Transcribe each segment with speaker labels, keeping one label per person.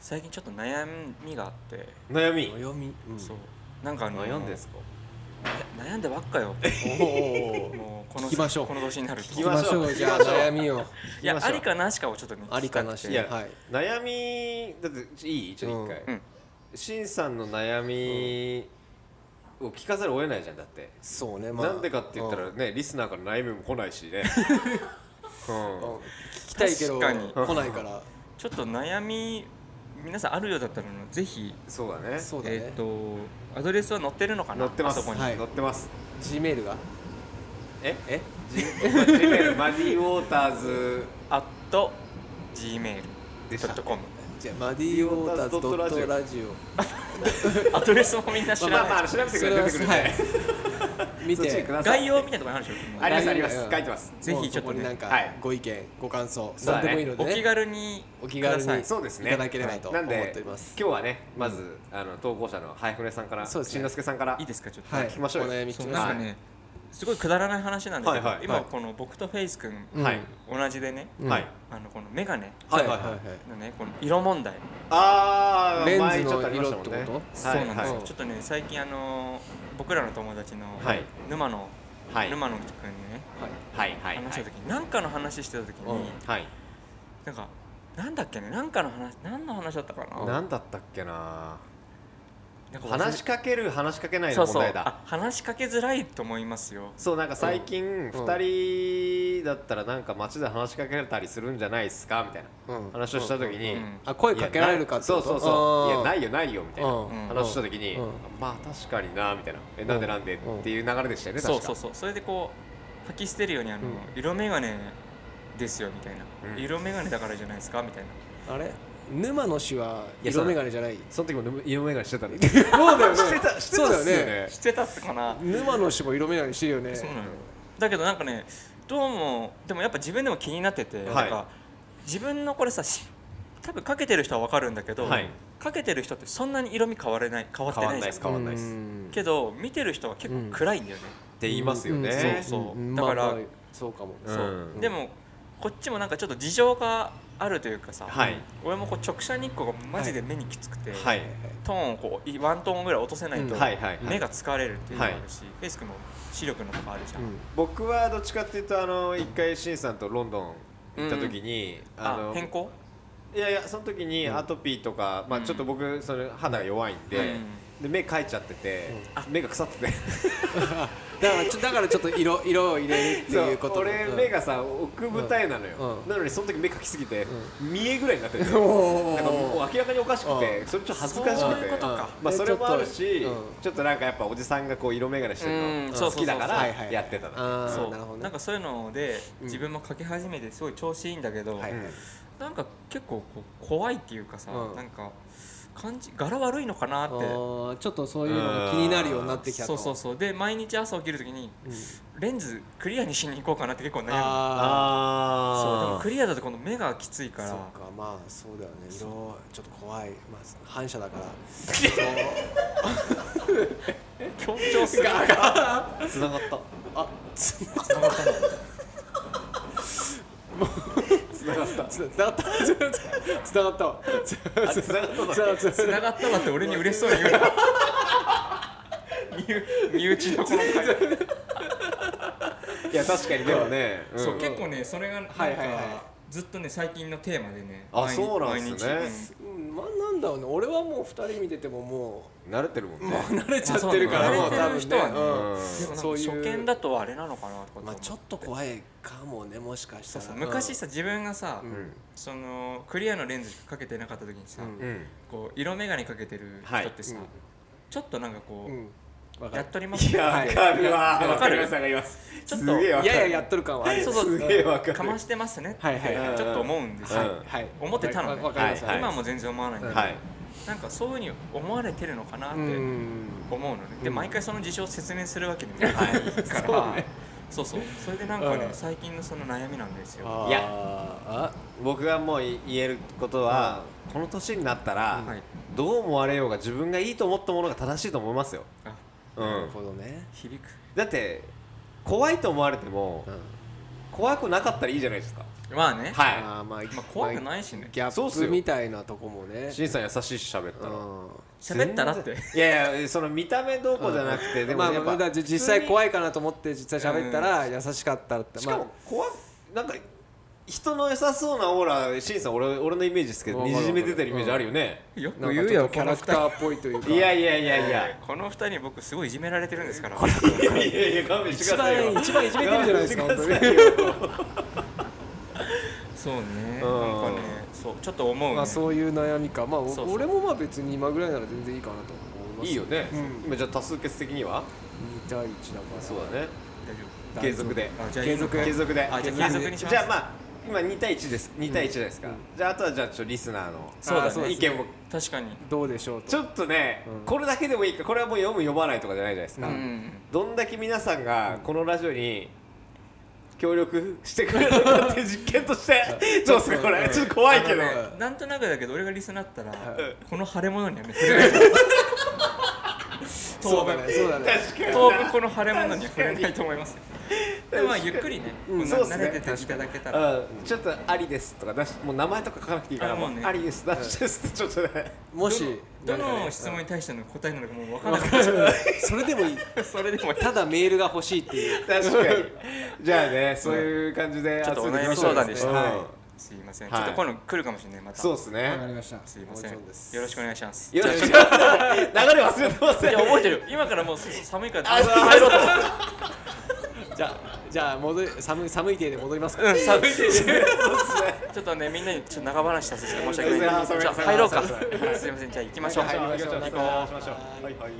Speaker 1: 最近ちょっと悩みがあって、
Speaker 2: 悩み
Speaker 3: 悩み、うん、
Speaker 1: そうなんかあの
Speaker 2: 悩んですか
Speaker 1: 悩んでばっか よ
Speaker 3: おお
Speaker 1: もうこの
Speaker 3: 聞きましょう
Speaker 1: この年になると
Speaker 2: 聞
Speaker 3: 行き
Speaker 2: きま
Speaker 3: まし
Speaker 2: しょ
Speaker 3: ょ
Speaker 2: う
Speaker 3: うじゃあ
Speaker 2: 行きましょう
Speaker 3: 悩 みを
Speaker 1: いや
Speaker 2: 聞きましょう
Speaker 1: ありかなしかをちょっとね
Speaker 3: ありかなし
Speaker 2: いや
Speaker 3: はい
Speaker 2: 悩みだっていいちょっと一
Speaker 1: う
Speaker 2: 回
Speaker 1: ん
Speaker 2: しんさんの悩みを聞かざるを得ないじゃんだって
Speaker 3: そうねまあ
Speaker 2: なんでかって言ったら
Speaker 3: うん
Speaker 2: ねリスナーから悩みも来ないしね
Speaker 3: うん
Speaker 2: う
Speaker 3: 聞きたいけど
Speaker 1: 確かに
Speaker 3: 来な いから
Speaker 1: ちょっと悩み皆さんあるようだったらぜひ、
Speaker 2: んそうだね
Speaker 3: そうだ
Speaker 1: え
Speaker 3: ね
Speaker 1: っ、とアドレスは載ってるのかな
Speaker 2: 乗ってま
Speaker 1: あ
Speaker 2: す
Speaker 1: そこに、
Speaker 3: はい
Speaker 2: 乗ってます
Speaker 3: G メールが
Speaker 2: え
Speaker 3: え
Speaker 2: ジジメルマディウォーターズ
Speaker 1: アット gmail.com
Speaker 2: でした
Speaker 3: じゃあマディウォーターズドットラジオ
Speaker 1: アドレスもみんな知らない、
Speaker 2: まあまあ調べてくれ出てくるん
Speaker 3: それ
Speaker 2: で
Speaker 3: は 見
Speaker 2: そっちに
Speaker 3: て
Speaker 2: ください
Speaker 1: 概要みたいなところあるでしょ
Speaker 2: ありますありま
Speaker 3: 概要
Speaker 2: す
Speaker 3: うん
Speaker 2: 書いてます
Speaker 1: ぜひちょっとね
Speaker 3: もうそこになんか
Speaker 2: はい
Speaker 3: ご意見、ご感想
Speaker 2: そうだ
Speaker 3: 何
Speaker 2: ね
Speaker 3: でもいいので
Speaker 1: お気
Speaker 3: ね
Speaker 1: 軽に
Speaker 3: お気軽に
Speaker 1: ください
Speaker 2: そうですね
Speaker 3: いただければと
Speaker 2: なんで
Speaker 3: 思っております
Speaker 2: 今日はねまず、あの投稿者のハイフネさんからし
Speaker 3: そ
Speaker 2: んの
Speaker 3: うですね
Speaker 2: すけさんから
Speaker 1: いいですかちょっと、
Speaker 3: はい
Speaker 2: 聞きましょう
Speaker 3: お
Speaker 2: よ
Speaker 3: 悩み聞
Speaker 1: そ
Speaker 3: き
Speaker 1: う
Speaker 3: ましょ
Speaker 1: なんか
Speaker 3: う
Speaker 1: ね、すごいくだらない話なんだけど、
Speaker 2: はいはい
Speaker 1: 今
Speaker 2: はい
Speaker 1: この僕とフェイス君、
Speaker 3: うん
Speaker 2: はい
Speaker 1: 同じでね、
Speaker 3: うん
Speaker 2: はい
Speaker 1: あのこの眼鏡
Speaker 2: はい
Speaker 3: は
Speaker 2: はいい
Speaker 3: は
Speaker 2: はいい
Speaker 1: のねこの色問題、
Speaker 2: ああ
Speaker 3: レンズの
Speaker 2: 前ちょっとありましたもんね
Speaker 3: 色ってこ
Speaker 1: そうなんですよ、
Speaker 2: はい
Speaker 1: ちょっとね最近あの僕らの友達の
Speaker 2: はい
Speaker 1: 沼野、
Speaker 2: はい
Speaker 1: 沼野君にね
Speaker 2: はいはいはい
Speaker 1: 話し
Speaker 2: は
Speaker 1: た
Speaker 2: い
Speaker 1: 時に何かの話してた時に、
Speaker 2: はい
Speaker 1: なんかなんだっけね何かの話何の話だったかな
Speaker 2: 何だったっけな
Speaker 1: なんか忘れ
Speaker 2: 話しかける話しかけない
Speaker 1: そ
Speaker 2: の
Speaker 1: う
Speaker 2: 問
Speaker 1: そう
Speaker 2: 題だ
Speaker 1: あ話しかけづらいと思いますよ
Speaker 2: そうなんか最近
Speaker 3: うん
Speaker 2: 2人だったらなんか街で話しかけたりするんじゃないですかみたいな
Speaker 3: うん
Speaker 2: 話をした時に
Speaker 1: うん
Speaker 3: あ声かけられるかって
Speaker 2: そ
Speaker 3: こ
Speaker 2: う
Speaker 3: と
Speaker 2: そうそういやないいよないよみたいな
Speaker 1: うん
Speaker 2: 話した時に
Speaker 3: うん
Speaker 2: まあ確かになみたいなえなんでなんで
Speaker 3: うん
Speaker 2: っていう流れでしたよね
Speaker 1: そう
Speaker 2: 確か
Speaker 1: そうそうそれでこう吐き捨てるようにあの、
Speaker 3: うん
Speaker 1: 色眼鏡ですよみたいな、
Speaker 2: うん
Speaker 1: 色眼鏡だからじゃないですかみたいな
Speaker 3: あれ沼の氏はい
Speaker 2: や
Speaker 3: 色眼鏡じゃない
Speaker 2: その時も色眼鏡してたんだけど
Speaker 3: そうだよね
Speaker 2: してたしてたっ
Speaker 3: そう
Speaker 2: す
Speaker 3: だ
Speaker 2: よ
Speaker 3: よね
Speaker 2: ね
Speaker 1: してたっすかな
Speaker 3: 沼の氏も色眼鏡してるよね
Speaker 1: そうなのよだけどなんかねどうもでもやっぱ自分でも気になってて、なんか自分のこれさし多分かけてる人は分かるんだけど、
Speaker 2: はい
Speaker 1: かけてる人ってそんなに色味変われない変わって
Speaker 2: 変わ
Speaker 1: なんい
Speaker 2: ない
Speaker 1: じゃ
Speaker 2: で
Speaker 1: ん
Speaker 2: す変わんないです
Speaker 3: うん
Speaker 1: けど見てる人は結構暗いんだよね、
Speaker 2: って言いますよ
Speaker 3: うん
Speaker 2: ね
Speaker 1: そうそう
Speaker 3: うん
Speaker 1: だから
Speaker 3: まあまあそうかも
Speaker 2: うん
Speaker 1: そう、
Speaker 2: うん
Speaker 1: でもこっちもなんかちょっと事情があるというかさ、
Speaker 2: はい
Speaker 1: 俺もこう直射日光がマジで目にきつくて、
Speaker 2: はい
Speaker 1: トーンをこういワントーンぐらい落とせないと
Speaker 3: うん
Speaker 2: はいはいはい
Speaker 1: 目が疲れるっていうのもあるし、フェイス君も視力のとかあるじゃん、
Speaker 2: 僕はどっちかっていうとあの一回シンさんとロンドン行った時に、あ
Speaker 1: あ
Speaker 2: の
Speaker 1: 変更
Speaker 2: いやいやその時にアトピーとか、まあ
Speaker 1: うん
Speaker 2: ちょっと僕その肌が弱いんで、
Speaker 1: う
Speaker 2: で目かいちゃってて、目が腐ってて
Speaker 3: だからちょだからちょっと色色を入れるって
Speaker 2: そ
Speaker 3: いううこと
Speaker 2: 俺目がさ奥二重なのよ、
Speaker 3: うん
Speaker 2: なのにその時目かきすぎて、見えぐらいになってて、
Speaker 3: お
Speaker 2: なんか
Speaker 3: お
Speaker 2: もう明らかにおかしくて、それちょっと恥ずかしく
Speaker 1: そう
Speaker 2: て
Speaker 1: いうことか
Speaker 2: まあ
Speaker 3: で
Speaker 2: それもあるし
Speaker 3: ち
Speaker 2: ち
Speaker 3: ょ
Speaker 2: ょ,、
Speaker 3: っとうん
Speaker 2: っとなんかやっぱおじさんがこう色眼鏡してる
Speaker 1: うん
Speaker 2: の
Speaker 1: そうそうそう
Speaker 2: 好きだから
Speaker 3: はいはい
Speaker 2: やってたの、
Speaker 3: あ
Speaker 1: そ
Speaker 3: ー
Speaker 1: う
Speaker 3: な
Speaker 1: な
Speaker 3: るほどね
Speaker 1: んかそういうので
Speaker 3: ん
Speaker 1: 自分もかけ始めてすごい調子いいんだけど、
Speaker 3: はいうは
Speaker 2: ん
Speaker 3: い
Speaker 1: なんか結構こう怖いっていうかさ、
Speaker 3: うん
Speaker 1: なんか感じ柄悪いのかなっ
Speaker 3: あ
Speaker 1: て
Speaker 3: ーちょっとそういうのが気になるようになってきた
Speaker 1: そ
Speaker 3: と
Speaker 1: うそうそうで毎日朝起きるときにレンズクリアにしに行こうかなって結構悩む
Speaker 3: ああ
Speaker 1: そうでも
Speaker 2: あ
Speaker 1: クリアだとこの目がきついか
Speaker 3: そう
Speaker 1: ら
Speaker 3: かまあそうだよね色ちょっと怖いまあ反射だから
Speaker 1: 強調する
Speaker 2: あつながったつながった
Speaker 3: つながったつながった
Speaker 2: あつながっただ
Speaker 3: つながったつ
Speaker 1: つ
Speaker 3: なが
Speaker 1: ながったわって俺に嬉しそうに言うな 身身内のこの会話
Speaker 2: いや確かにでもね、うん
Speaker 1: そう結構ねそれがなんか
Speaker 3: はいはいは
Speaker 1: ずっとね最近のテーマでね
Speaker 2: あ
Speaker 1: 毎日
Speaker 2: そうなんすね
Speaker 1: 毎日
Speaker 3: うんまあなんだろうね俺はもう二人見ててもも
Speaker 2: 慣れてるもんね、
Speaker 3: う慣れちゃってるから
Speaker 2: まあそう
Speaker 3: も
Speaker 2: う
Speaker 3: 多
Speaker 1: だね慣れ
Speaker 3: 分
Speaker 1: てる人はね
Speaker 2: う
Speaker 3: ね
Speaker 2: ん
Speaker 1: でもなんか
Speaker 3: そういう
Speaker 1: 初見だとあれなのかなとか
Speaker 3: うんまあちょっと怖いかもねもしかした
Speaker 1: そう
Speaker 3: ら
Speaker 1: そう昔さ自分がさ
Speaker 2: ん
Speaker 1: そのクリアのレンズしかかけてなかった時にさ
Speaker 3: うん
Speaker 2: うん
Speaker 1: こう色眼鏡かけてる人ってさ
Speaker 3: はいうん
Speaker 1: ちょっとなんかこ
Speaker 3: うん
Speaker 1: う
Speaker 3: わか
Speaker 1: や
Speaker 3: る
Speaker 1: っとります
Speaker 2: いや、わかるわ。
Speaker 1: いやわかる
Speaker 2: 皆さんがいます。
Speaker 1: ちょっと
Speaker 2: すげえわか
Speaker 3: い
Speaker 2: る。
Speaker 3: やいややっとる感はある
Speaker 1: そうそう
Speaker 2: すげえわかる。
Speaker 1: かましてますねって
Speaker 3: はいはいはい
Speaker 1: ちょっと思うんですよ
Speaker 2: うん
Speaker 3: はい
Speaker 1: 思ってたのね
Speaker 3: わかります
Speaker 2: はい
Speaker 1: 今はもう全然思わないんだけど
Speaker 2: はい。
Speaker 1: なんかそういうふうに思われてるのかなって
Speaker 3: うん
Speaker 1: 思うのねで
Speaker 3: うん
Speaker 1: 毎回その事象を説明するわけでもないから
Speaker 3: そうね
Speaker 1: そうそうそれでなんかね
Speaker 3: うん
Speaker 1: 最近のその悩みなんですよ
Speaker 3: あー
Speaker 2: いや
Speaker 3: あ
Speaker 2: 僕がもう言えることは、この年になったら、
Speaker 1: はい
Speaker 2: どう思われようが自分がいいと思ったものが正しいと思いますよ。
Speaker 1: あ
Speaker 2: う
Speaker 3: なる
Speaker 2: ん。
Speaker 3: ほどね
Speaker 1: 響く
Speaker 2: だって怖いと思われても、
Speaker 3: うん
Speaker 2: 怖くなかったらいいじゃないですか
Speaker 1: まあね、
Speaker 2: は
Speaker 3: あーまあ、
Speaker 1: まあ怖くないしね
Speaker 3: ギャ
Speaker 2: そうっ
Speaker 3: ッ
Speaker 2: す
Speaker 3: プ
Speaker 2: よ
Speaker 3: みたいなとこもね
Speaker 2: いしんさん優しいし喋ったら
Speaker 3: う
Speaker 1: 喋ったらって
Speaker 2: いやいやその見た目どうこうじゃなくて
Speaker 3: ん
Speaker 2: でも
Speaker 3: まあ
Speaker 2: やっぱ
Speaker 3: まだ実際怖いかなと思って実際喋ったら優しかったって
Speaker 2: しか
Speaker 3: ま
Speaker 2: も怖っなんか人の良さそうなオーラしんさん俺俺のイメージですけど
Speaker 3: わか
Speaker 2: に
Speaker 3: る
Speaker 2: じみ出てるイメージあるよね、
Speaker 1: よ
Speaker 3: あな
Speaker 1: く
Speaker 3: ん
Speaker 1: 言
Speaker 3: か
Speaker 1: う
Speaker 3: ちょ
Speaker 1: よ
Speaker 3: っとキ
Speaker 1: こ
Speaker 3: ャ
Speaker 1: の
Speaker 3: ラ
Speaker 1: 二
Speaker 3: ク
Speaker 1: 人
Speaker 3: ターっぽいというか
Speaker 2: いやいやいやいや
Speaker 1: この二人に僕すごいいじめられてるんですから
Speaker 2: いやいやいや勘弁して
Speaker 3: 一
Speaker 2: くださいよ
Speaker 3: 番一番いじめてるじゃないですか本当に
Speaker 1: そうね
Speaker 2: うん
Speaker 1: なんかねそうちょっと思うね、
Speaker 3: まあそういう悩みかまあお
Speaker 1: そうそう
Speaker 3: 俺もまあ別に今ぐらいなら全然いいかなと思いま す
Speaker 2: いいよね、
Speaker 3: うん
Speaker 2: 今じゃあ多数決的には
Speaker 3: 2対1だから
Speaker 2: そうだね
Speaker 1: 大丈
Speaker 3: 大
Speaker 2: 継
Speaker 3: 丈夫
Speaker 2: 続で
Speaker 1: 夫あじゃあ
Speaker 3: 継続
Speaker 1: いいの
Speaker 2: 継続で
Speaker 1: かあじゃあ継続にします
Speaker 2: じゃあまあ今2対1です2対1ですか、じゃああとはじゃあちょっとリスナーの
Speaker 1: そうだね
Speaker 2: あ意見も
Speaker 1: 確かに
Speaker 3: どうでしょう
Speaker 2: ち
Speaker 3: と
Speaker 2: ょっとね、
Speaker 3: うん
Speaker 2: これだけでもいいかこれはもう読む読まないとかじゃないじゃないです
Speaker 1: う
Speaker 2: か、
Speaker 1: ん
Speaker 2: どんだけ皆さんがこのラジオに協力してくれるのかって実験としてどうですかこれちょっと怖いけど
Speaker 3: あのね
Speaker 1: なんとなくだけど俺がリスナーだったら
Speaker 3: は
Speaker 1: この腫れ物にはね触れない
Speaker 3: そうだねそう だね
Speaker 2: 確かに
Speaker 1: 当分この腫れ物には触れないと思いますよでもまあゆっくりね、
Speaker 2: うん
Speaker 1: こんな
Speaker 2: そうっす
Speaker 1: 慣
Speaker 2: ね
Speaker 1: れてていただけたら、
Speaker 2: うん、ちょっとありですとか出しもう名前とか書かなくていいから
Speaker 1: あも
Speaker 2: も
Speaker 1: う
Speaker 2: う
Speaker 1: ね
Speaker 2: ありですなしですってちょっとね
Speaker 3: もし
Speaker 1: ど
Speaker 3: なんか
Speaker 1: の
Speaker 3: ね
Speaker 1: 質問に対しての答えなのかもう分からなくなっちゃ
Speaker 3: それでもいいう
Speaker 1: それでも
Speaker 3: ただメールが欲しいっていう
Speaker 2: 確か にじゃあねそういう感じで
Speaker 1: ちょっと
Speaker 2: 集
Speaker 1: お
Speaker 2: めてい
Speaker 1: 悩
Speaker 2: きま
Speaker 1: み
Speaker 2: しょ
Speaker 1: 相
Speaker 2: う
Speaker 1: 談でした、
Speaker 2: うん
Speaker 1: はい、すいません、
Speaker 2: はい
Speaker 1: ちょっと今度来るかもしれないまた
Speaker 2: そうですね
Speaker 3: わかりました
Speaker 1: すいません
Speaker 3: も
Speaker 1: よ
Speaker 3: ちろです
Speaker 1: ろしくお願いしますい
Speaker 2: よろし く流れ忘れてません
Speaker 1: や覚えてるよ今からもうす寒いから
Speaker 2: あそう入ろうと思って
Speaker 3: じゃあじゃあ戻り寒い寒い手で戻りますか
Speaker 1: うん寒いですちょっとねみんなにちょっと長話させて申し訳ない
Speaker 2: そうですね
Speaker 1: じゃあ入ろうか
Speaker 2: そうです
Speaker 1: すいませんじゃあ行きましょう
Speaker 3: はい
Speaker 2: 行
Speaker 3: 行
Speaker 2: き
Speaker 3: き
Speaker 2: まし
Speaker 3: まし
Speaker 2: ょう
Speaker 3: ょう
Speaker 2: 行きましょうはいはい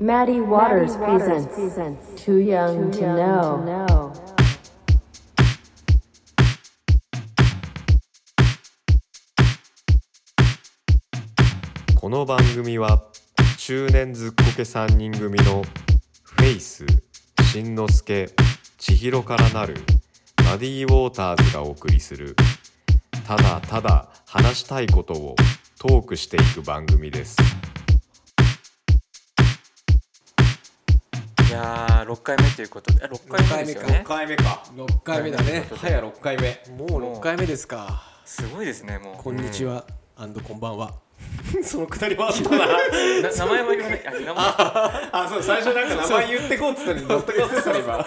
Speaker 4: Maddie Waters, presents, Too Young, to, know.
Speaker 5: この番組は中年ずっこけ3人組のフェイスしんのすけ千尋からなるマディウォーターズがお送りするただただ話したいことをトークしていく番組です
Speaker 1: いやー6回目ということであ6回目ですよね
Speaker 2: 6回目か
Speaker 3: 6回目だね
Speaker 2: 早6回目
Speaker 3: もう6回目ですか
Speaker 1: すごいですねも
Speaker 3: こんにちはアンドこんばんは
Speaker 2: そのくだりもあったな
Speaker 1: うな名前は言わないあ名前
Speaker 2: あそう最初なんか名前言ってこうっつったのに全く忘れてた今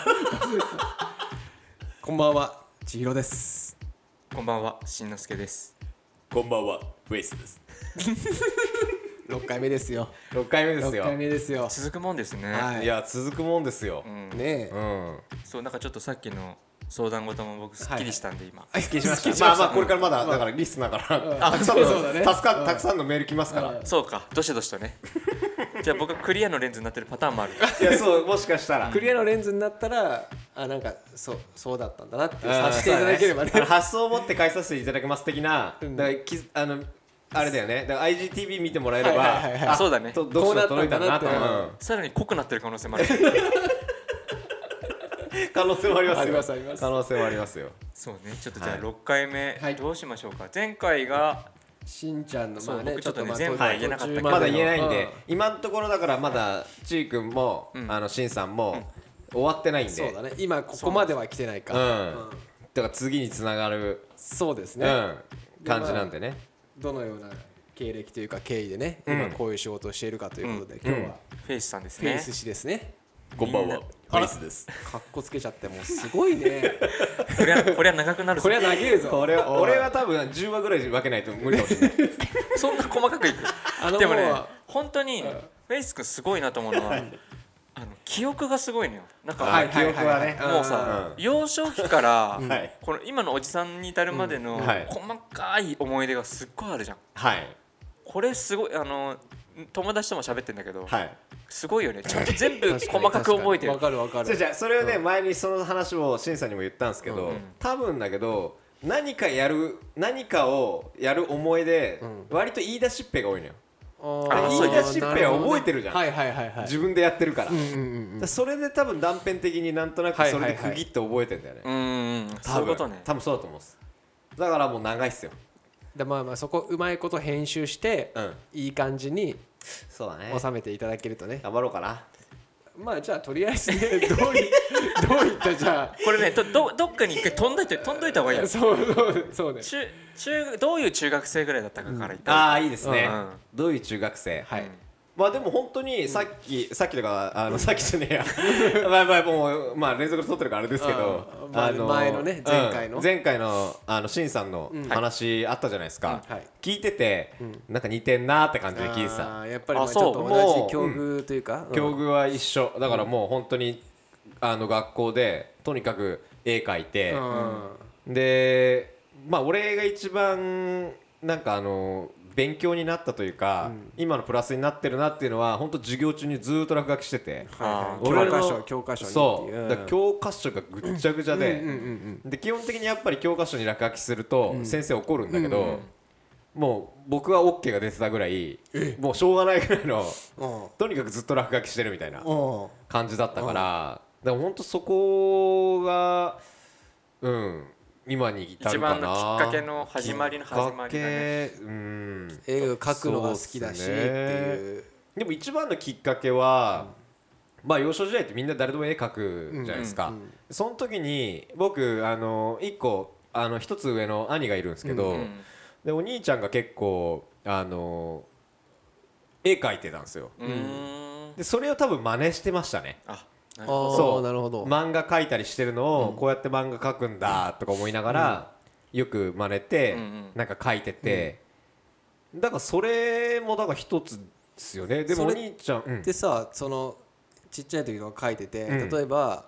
Speaker 3: こんばんは千尋です
Speaker 1: こんばんはしんのすけです
Speaker 2: こんばんはウェイスです
Speaker 3: 6回目ですよ
Speaker 2: 6回目です
Speaker 3: 6
Speaker 2: よ
Speaker 3: 回目ですよ
Speaker 1: 続くもんですね、
Speaker 3: はい
Speaker 2: や続くもんですよ
Speaker 1: うん
Speaker 3: いねえ
Speaker 2: うん
Speaker 1: そうなんかちょっとさっきの相談事も僕すっきりしたんで今、
Speaker 2: すっきりしましたまあまあこれからまだだからリスナーからたくさんの
Speaker 3: そうだね
Speaker 2: たすかたくさんのメール来ますから
Speaker 1: そうかどしどしとねじゃあ僕はクリアのレンズになってるパターンもある
Speaker 2: いやそうもしかしたら
Speaker 3: クリアのレンズになったらあなんかそうそうだったんだなって
Speaker 2: うん
Speaker 3: 察していただければね
Speaker 2: あ の発想を持って返させていただきます的な、
Speaker 3: ん
Speaker 2: だからきあのあれだよねだから IGTV 見てもらえれば、
Speaker 3: はいはいはいはい
Speaker 2: あ
Speaker 1: そうだね
Speaker 2: とどうした届いたなと
Speaker 3: こうなったんだな
Speaker 2: 思
Speaker 3: っ
Speaker 2: う
Speaker 1: さらに濃くなってる可能性もある
Speaker 2: 可能性もありますよ
Speaker 3: ありますあります
Speaker 2: 可能性もありますよ
Speaker 1: そうねちょっとじゃあ
Speaker 2: はい
Speaker 1: 6回目、
Speaker 3: はい
Speaker 1: どうしましょうか前回が
Speaker 3: しんちゃんのまあ
Speaker 1: そう
Speaker 3: ね
Speaker 1: 僕ちょっとね
Speaker 3: まあ
Speaker 1: 全部
Speaker 3: 途中
Speaker 1: は言えなかったけど
Speaker 3: 途中
Speaker 2: まだ
Speaker 3: での
Speaker 2: 言えないんで、
Speaker 3: う
Speaker 2: 今のところだからまだちいくんも、
Speaker 1: ん
Speaker 2: あのしんさんも、終わってないんで
Speaker 3: そうだね今ここまでは来てないか
Speaker 2: うん
Speaker 3: うん
Speaker 2: だから次につながる、
Speaker 3: そうです
Speaker 2: う
Speaker 3: ね
Speaker 2: ん感じなんでね
Speaker 3: どのような経歴というか経緯でね今こういう仕事をしているかということで今日は
Speaker 1: フェイスさんです
Speaker 3: フェ
Speaker 1: ね
Speaker 3: イス氏ですね
Speaker 2: こんばんはフェイスです
Speaker 3: かっこつけちゃってもうすごいね
Speaker 1: これはこれは長くなるぞ
Speaker 3: これは投げるぞ
Speaker 2: これは
Speaker 3: おい
Speaker 2: 俺は多分10話ぐらい分けないと無理かもしれない
Speaker 1: そんな細か くいく
Speaker 3: あの
Speaker 1: でもね
Speaker 3: もう
Speaker 1: 本当にフェイス君すごいなと思うのは、あの記憶がすごいのよなんか、
Speaker 2: はい記憶はね
Speaker 3: いい
Speaker 1: もうさ、
Speaker 2: う
Speaker 1: 幼少期から、
Speaker 2: はい
Speaker 1: この今のおじさんに至るまでの
Speaker 2: うんはい
Speaker 1: 細かい思い出がすっごいあるじゃん
Speaker 2: はい
Speaker 1: これすごいあの友達とも喋ってんだけど、
Speaker 2: はい
Speaker 1: すごいよねちゃんと全部
Speaker 3: 確かに
Speaker 1: 細かく覚えてる
Speaker 3: わかるわか
Speaker 2: じゃ
Speaker 3: る
Speaker 2: じゃそれをね、前にその話をしんさんにも言ったんですけど、多分だけど何かやる何かをやる思いで、割と言い出しっぺが多いのよ
Speaker 3: あー
Speaker 1: あ言い出
Speaker 2: しっぺは覚えてるじゃん
Speaker 3: なほどねはいはいはいはい
Speaker 2: 自分でやってるから,、
Speaker 3: うんうんうん
Speaker 2: それで多分断片的になんとなく
Speaker 3: はい
Speaker 2: そ
Speaker 3: は
Speaker 2: れ
Speaker 3: いはい
Speaker 2: で区切って覚えてんだよね、
Speaker 1: うーんそう
Speaker 2: 多
Speaker 1: いうこ
Speaker 2: 分
Speaker 1: とね
Speaker 2: 多分そうだと思うんですだからもう長いっすよ
Speaker 3: でまあまあそこうまいこと編集して、
Speaker 2: うん
Speaker 3: いい感じに
Speaker 2: そうだね
Speaker 3: 収めていただけるとね
Speaker 2: 頑張ろうかな
Speaker 3: まあじゃあとりあえずね どういどういったじゃ
Speaker 1: これねどどどっかに一回飛んどいて飛んどいた方がいい
Speaker 3: あ
Speaker 1: よ
Speaker 3: そうそうそうね
Speaker 1: 中中どういう中学生ぐらいだったかから言ったら
Speaker 2: ああいいですね、
Speaker 1: うん
Speaker 2: どういう中学生、
Speaker 3: はい、
Speaker 2: まあでも本当にさっき、さっきとかあのさっきじゃねえや まあまあもうまあ連続で撮ってるからあれですけど
Speaker 3: あー前のね前回の
Speaker 2: うん前回のあのしんさんの話あったじゃないですか、
Speaker 3: はい
Speaker 2: 聞いてて、なんか似てんなーって感じで聞いてた
Speaker 3: あーやっぱりま
Speaker 1: あ
Speaker 3: あちょっと
Speaker 1: そう
Speaker 3: 同
Speaker 2: もう
Speaker 3: じ境遇というか、うん
Speaker 2: 境遇は一緒だからもう本当にあの学校でとにかく絵描いて、
Speaker 3: うん
Speaker 2: でまあ俺が一番なんかあの勉強になったというか、今のプラスになってるなっていうのは本当授業中にずーっと落書きしてて、
Speaker 1: あ
Speaker 3: 教
Speaker 2: 俺の
Speaker 3: 科書教科書に
Speaker 2: そ
Speaker 3: って
Speaker 2: う
Speaker 3: いう、うん
Speaker 2: だから教科書がぐっちゃぐちゃで、で基本的にやっぱり教科書に落書きすると先生怒るんだけど、もう僕は OK が出てたぐらいもうしょうがないぐらいのとにかくずっと落書きしてるみたいな
Speaker 3: うんうん
Speaker 2: 感じだったから、でも本当そこがうん今に至
Speaker 1: 一
Speaker 2: るかな
Speaker 1: 番のきっかけの始まりの始まりだね
Speaker 2: きっかけうん
Speaker 3: 絵を描くのが好きだしっていう
Speaker 2: でも一番のきっかけは、まあ幼少時代ってみんな誰でも絵描くじゃないですか、その時に僕あの一個あの一つ上の兄がいるんですけど、
Speaker 1: ん
Speaker 2: でお兄ちゃんが結構あの絵描いてたんですよ
Speaker 1: うーん
Speaker 2: でそれを多分真似してましたね
Speaker 1: あなるほど
Speaker 2: そ
Speaker 3: あそううなるほど、
Speaker 2: 漫画描いたりしてるのをこうやって漫画描くんだとか思いながら、よく真似て、
Speaker 1: うんうん
Speaker 2: なんか描いてて、だからそれもだから一つですよねでもお
Speaker 3: それ
Speaker 2: 兄ちゃん、うん
Speaker 3: でさそのちっちゃい時とか書いてて、
Speaker 2: うん
Speaker 3: 例えば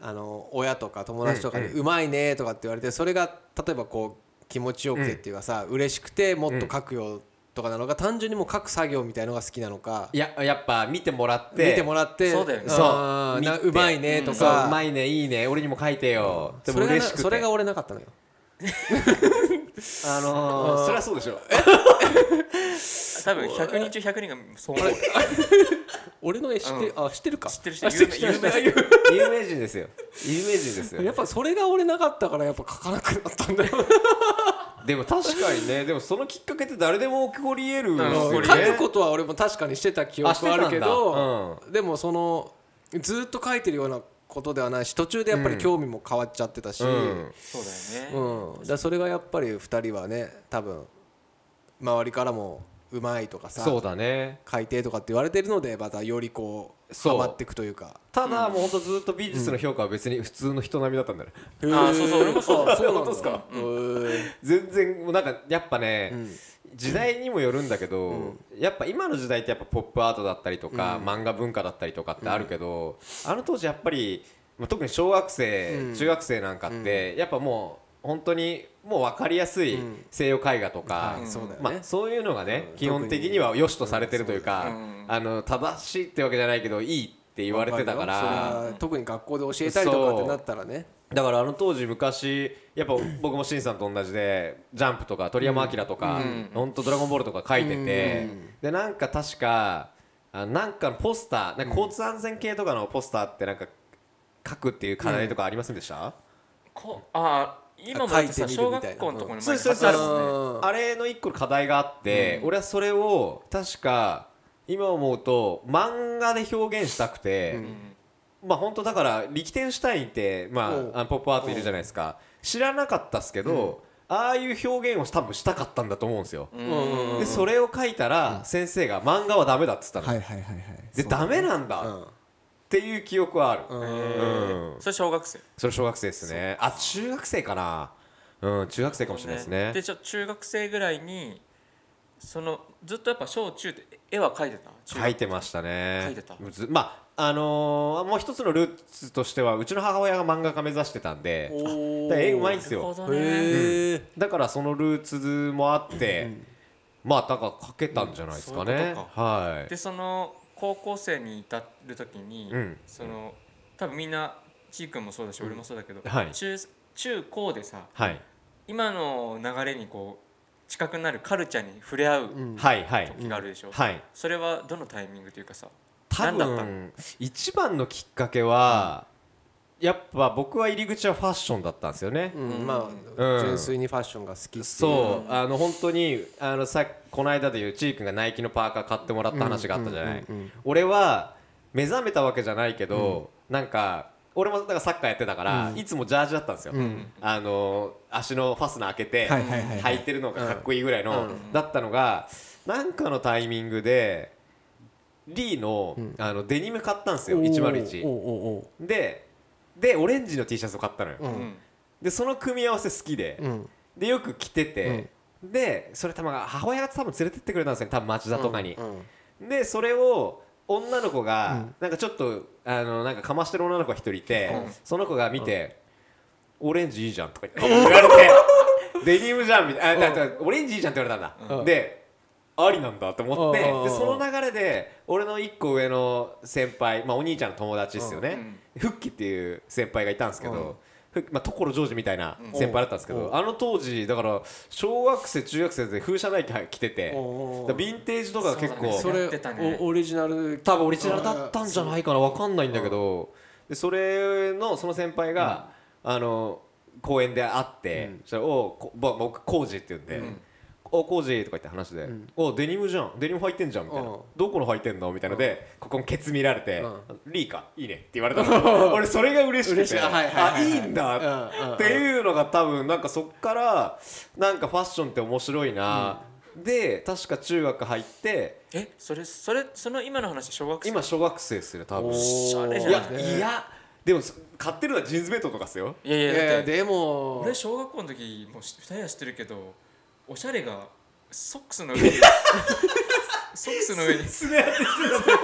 Speaker 3: あの親とか友達とかに「うまいね」とかって言われてそれが例えばこう気持ちよくてっていうかさ、嬉しくてもっと書くよとかなのか単純にもう書く作業みたいのが好きなのか
Speaker 2: いややっぱ見てもらって
Speaker 3: 見てもらって
Speaker 1: そうだよね
Speaker 2: そうん
Speaker 3: な
Speaker 2: 見て
Speaker 3: うまいねと
Speaker 2: そう
Speaker 3: か、
Speaker 2: うまいねいいね俺にも書いてよ、で
Speaker 3: そ
Speaker 2: も
Speaker 3: れがな
Speaker 2: 嬉しくて
Speaker 3: それが俺なかったのよ
Speaker 2: あのー、そりゃそうで しょ
Speaker 1: 多分100人中100人が そう思う
Speaker 3: 俺の絵知って,、あ知ってるか
Speaker 1: 知ってる人有名有名人
Speaker 2: 有名人ですよ有名人ですよ
Speaker 3: やっぱそれが俺なかったからやっぱ書かなくなったんだよ
Speaker 2: でも確かにねでもそのきっかけって誰でも起こり得るんです
Speaker 1: そ
Speaker 2: よ
Speaker 1: う
Speaker 2: ね
Speaker 1: ん
Speaker 3: 書くことは俺も確かにしてた記憶はあるけ
Speaker 2: あ
Speaker 3: ど
Speaker 2: し、
Speaker 3: でもそのずっと書いてるようなことではないし途中でやっぱり興味も変わっちゃってたし、う
Speaker 2: うん
Speaker 3: ん
Speaker 1: そうだよね
Speaker 3: だからそれがやっぱり2人はね多分周りからもうまいとかさ
Speaker 2: そうだね
Speaker 3: 書いてとかって言われてるのでまたよりこう
Speaker 2: そう
Speaker 3: ハマっていくというか
Speaker 2: ただもうほんとずっと美術の評価は別に普通の人並みだったんだね、
Speaker 3: あ
Speaker 1: ーそうそう俺もそう
Speaker 3: そうなん
Speaker 2: 本当っすか
Speaker 3: へー
Speaker 2: 全然もうなんかやっぱね、時代にもよるんだけど、やっぱ今の時代ってやっぱポップアートだったりとか、漫画文化だったりとかってあるけど、あの当時やっぱりまあ特に小学生、中学生なんかって、やっぱもう本当にもう分かりやすい西洋絵画とか、
Speaker 3: はいそうだよね
Speaker 2: まあ、そういうのがね、基本的には良しとされてるというか、あの正しいってわけじゃないけどいいって言われてたから。
Speaker 3: それは特に学校で教えたりとかってなったらね
Speaker 2: だからあの当時昔やっぱ僕もしんさんと同じで「ジャンプ」とか「鳥山明」とか「ほんとドラゴンボール」とか書いててでなんか確かあなんかのポスターなんか交通安全系とかのポスターってなんか書くっていう課題とかありませんでした
Speaker 1: こあー今もだってさ
Speaker 3: 書いてみ
Speaker 1: 小
Speaker 3: るみたいな
Speaker 1: 学校のところに
Speaker 2: そう
Speaker 1: 前に貼
Speaker 2: そう
Speaker 1: ってあ
Speaker 2: そう
Speaker 1: る
Speaker 3: う
Speaker 1: もんね
Speaker 3: ん
Speaker 2: あれの一個の課題があって俺はそれを確か今思うと漫画で表現したくて、まあ本当だからリキテンシュタインって、ま
Speaker 3: うん
Speaker 2: あ、あのポップアートいるじゃないですか知らなかったっすけど、ああいう表現を多分したかったんだと思うんですよ、
Speaker 3: うん
Speaker 2: でそれを書いたら先生が漫画はダメだっつったの、
Speaker 3: はいはいはいはい
Speaker 2: でダメなんだ
Speaker 3: うん
Speaker 2: っていう記憶はある、うん
Speaker 1: それ小学生
Speaker 2: それ小学生ですねあ中学生かなうん中学生かもしれないですね
Speaker 1: でちょ中学生ぐらいにそのずっとやっぱ小中って絵は描いてた中学
Speaker 2: 書いてましたね
Speaker 1: 書いてた
Speaker 2: ずまああのーもう一つのルーツとしてはうちの母親が漫画家目指してたんで
Speaker 3: お
Speaker 2: だ
Speaker 3: ー
Speaker 2: から絵うまいん
Speaker 1: な
Speaker 2: です
Speaker 1: るほ
Speaker 2: よ
Speaker 1: どね
Speaker 3: へえ
Speaker 2: だからそのルーツもあって、まあだから書けたんじゃないですか
Speaker 1: うんそうい
Speaker 2: ね
Speaker 1: う、こと
Speaker 2: はい
Speaker 1: でその高校生に至る時に、
Speaker 2: うん
Speaker 1: その多分みんなちーくんもそうだし、俺もそうだけど、
Speaker 2: はい
Speaker 1: 中中高でさ
Speaker 2: はい、
Speaker 1: 今の流れにこう近くなるカルチャーに触れ合う
Speaker 2: はいはい
Speaker 1: 時があるでしょ、
Speaker 2: はい
Speaker 1: それはどのタイミングというかさ
Speaker 2: 多
Speaker 1: 何だったの
Speaker 2: 分一番のきっかけは、やっぱ僕は入り口はファッションだったんですよね、
Speaker 3: うん
Speaker 2: う
Speaker 3: ま
Speaker 2: ん
Speaker 3: あ純粋にファッションが好きっていう
Speaker 2: そう、あの本当にあのさこの間でいうちーくんがナイキのパーカー買ってもらった話があったじゃない、俺は目覚めたわけじゃないけど、なんか俺もだからサッカーやってたから、いつもジャージだったんですよ、あの足のファスナー開けて、
Speaker 3: はいはいはいはい
Speaker 2: 履いてるのがかっこいいぐらいの、だったのがなんかのタイミングでリーの,、あのデニム買ったんですよ101
Speaker 3: おうおうおう
Speaker 2: ででオレンジの T シャツを買ったのよ、
Speaker 3: うん
Speaker 1: うん
Speaker 2: でその組み合わせ好きで、
Speaker 3: うん
Speaker 2: でよく着てて、でそれ多分母親が多分連れてってくれたんですよね多分町田とかに、
Speaker 3: うん
Speaker 2: でそれを女の子が、なんかちょっとあのなんかかましてる女の子が一人いて、その子が見て、オレンジいいじゃん」とか言って言われ て「デニムじゃん」みたいなあだだ「オレンジいいじゃん」って言われたんだ、
Speaker 3: うん
Speaker 2: でありなんだと思って、
Speaker 3: うん
Speaker 2: でその流れで俺の1個上の先輩、まあ、お兄ちゃんの友達ですよね、復帰っていう先輩がいたんですけど、ふまあ、所ジョージみたいな先輩だったんですけど、
Speaker 3: うん
Speaker 2: あの当時だから小学生中学生で風車ナイキ着てて、
Speaker 3: うん
Speaker 2: だからヴィンテージとか結構
Speaker 1: そうだねや
Speaker 3: それ
Speaker 1: ってたね
Speaker 3: おオリジナル
Speaker 2: 多分オリジナルだったんじゃないかな分かんないんだけど、でそれのその先輩が、あの公園で会って、そしたら「おうこぼ僕コージって言うんで。おコージとか言って話で、おデニムじゃんデニム履いてんじゃんみたいな、
Speaker 3: うん
Speaker 2: どこの履いてんのみたいなので、ここにケツ見られて、
Speaker 3: う
Speaker 2: リーかいいねって言われたの俺それが嬉しくて
Speaker 3: 嬉しいはいはいはいはい
Speaker 2: あいいんだって
Speaker 3: うん
Speaker 2: っていうのが多分なんかそっからなんかファッションって面白いな、で確か中学入って
Speaker 1: えそれそれその今の話小学生
Speaker 2: 今小学生ですよ多分
Speaker 1: しゃれじ
Speaker 2: い
Speaker 1: ゃな
Speaker 2: や
Speaker 1: い
Speaker 2: いやでもそ買ってるのはジーンズベッドとかですよ
Speaker 1: いやい
Speaker 3: い
Speaker 1: や
Speaker 3: やい
Speaker 1: だ
Speaker 3: や
Speaker 1: って
Speaker 3: でも
Speaker 1: 俺小学校の時もうし二人は知ってるけどおしゃれがソックスの上 にソックスの上に
Speaker 2: すね当て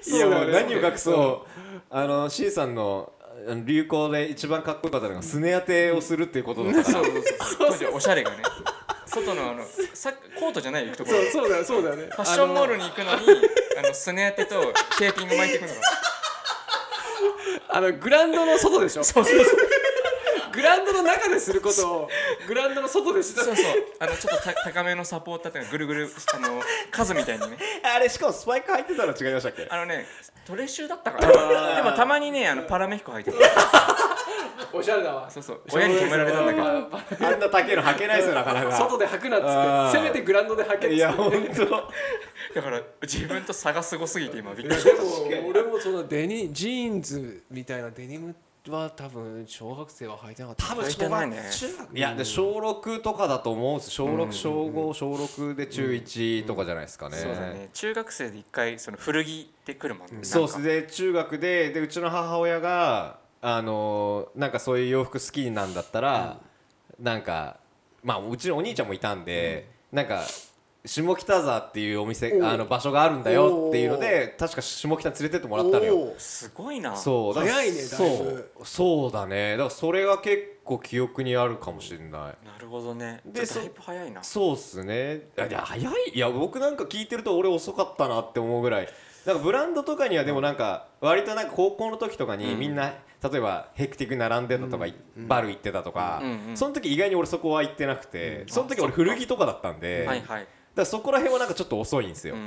Speaker 2: てたいやもう何を隠そうあの C さんのあの流行で一番かっこよかったのがすね当てをするっていうことだから、
Speaker 1: そうそうそう当時おしゃれがね外のあのさコートじゃないよ行くところ
Speaker 3: そうそうだよそうだよね
Speaker 1: ファッションモールに行くのにあのスネ当てとテーピング巻いていくのが
Speaker 3: あのグラウンドの外でしょそうそうそうグラウンドの中ですることをグラウンドの外でした
Speaker 1: そうそうあのちょっとた高めのサポーターっていうのがぐるぐるあの数みたいにね
Speaker 2: あれしかもスパイク入ってたの違いましたっけ
Speaker 1: あのねトレッシュだったからでもたまにねあのパラメヒコ履いてた
Speaker 3: おしゃれだわ
Speaker 1: そうそう親に止められたんだけど
Speaker 3: ど
Speaker 2: あんな高いの履けないですよなかなか
Speaker 3: 外で履くなっ
Speaker 2: あ
Speaker 3: つ
Speaker 2: ー
Speaker 3: ってせめてグラウンドで履けっつって
Speaker 2: いや本当
Speaker 1: だから自分と差がすごすぎて今びっくりし
Speaker 3: でも俺もそのデニジーンズみたいなデニムは多分小学生は履いてなかった
Speaker 2: 多
Speaker 1: 分小学中
Speaker 2: いやで小6とかだと思うんです小6小5小6で中1とかじゃないですかね、
Speaker 1: たそうだね中学生で一回その古着ってくるもんね
Speaker 2: そうっす
Speaker 1: ね
Speaker 2: で中学ででうちの母親があのーなんかそういう洋服好きなんだったら、なんかまあうちのお兄ちゃんもいたんで、なんか下北沢っていうお店
Speaker 3: おう
Speaker 2: あの場所があるんだよっていうので確か下北連れてってもらったのよ
Speaker 3: おー
Speaker 1: すごいな
Speaker 2: そうから
Speaker 3: 早いねだいぶ
Speaker 2: そうそうだねだからそれが結構記憶にあるかもしれない
Speaker 1: なるほどね
Speaker 2: で
Speaker 1: だい
Speaker 2: そ
Speaker 1: ぶ早いな
Speaker 2: そうっすねいやいや早いいや僕なんか聞いてると俺遅かったなって思うぐらいなんかブランドとかにはでもなんか割となんか高校の時とかにみんな例えばヘクティック並んでたとかバル行ってたとか
Speaker 1: うんうん
Speaker 2: その時意外に俺そこは行ってなくてその時俺古着とかだったんで
Speaker 1: はい
Speaker 2: だか
Speaker 1: はい
Speaker 2: らそこら辺はなんかちょっと遅いんですよ
Speaker 1: うん
Speaker 3: う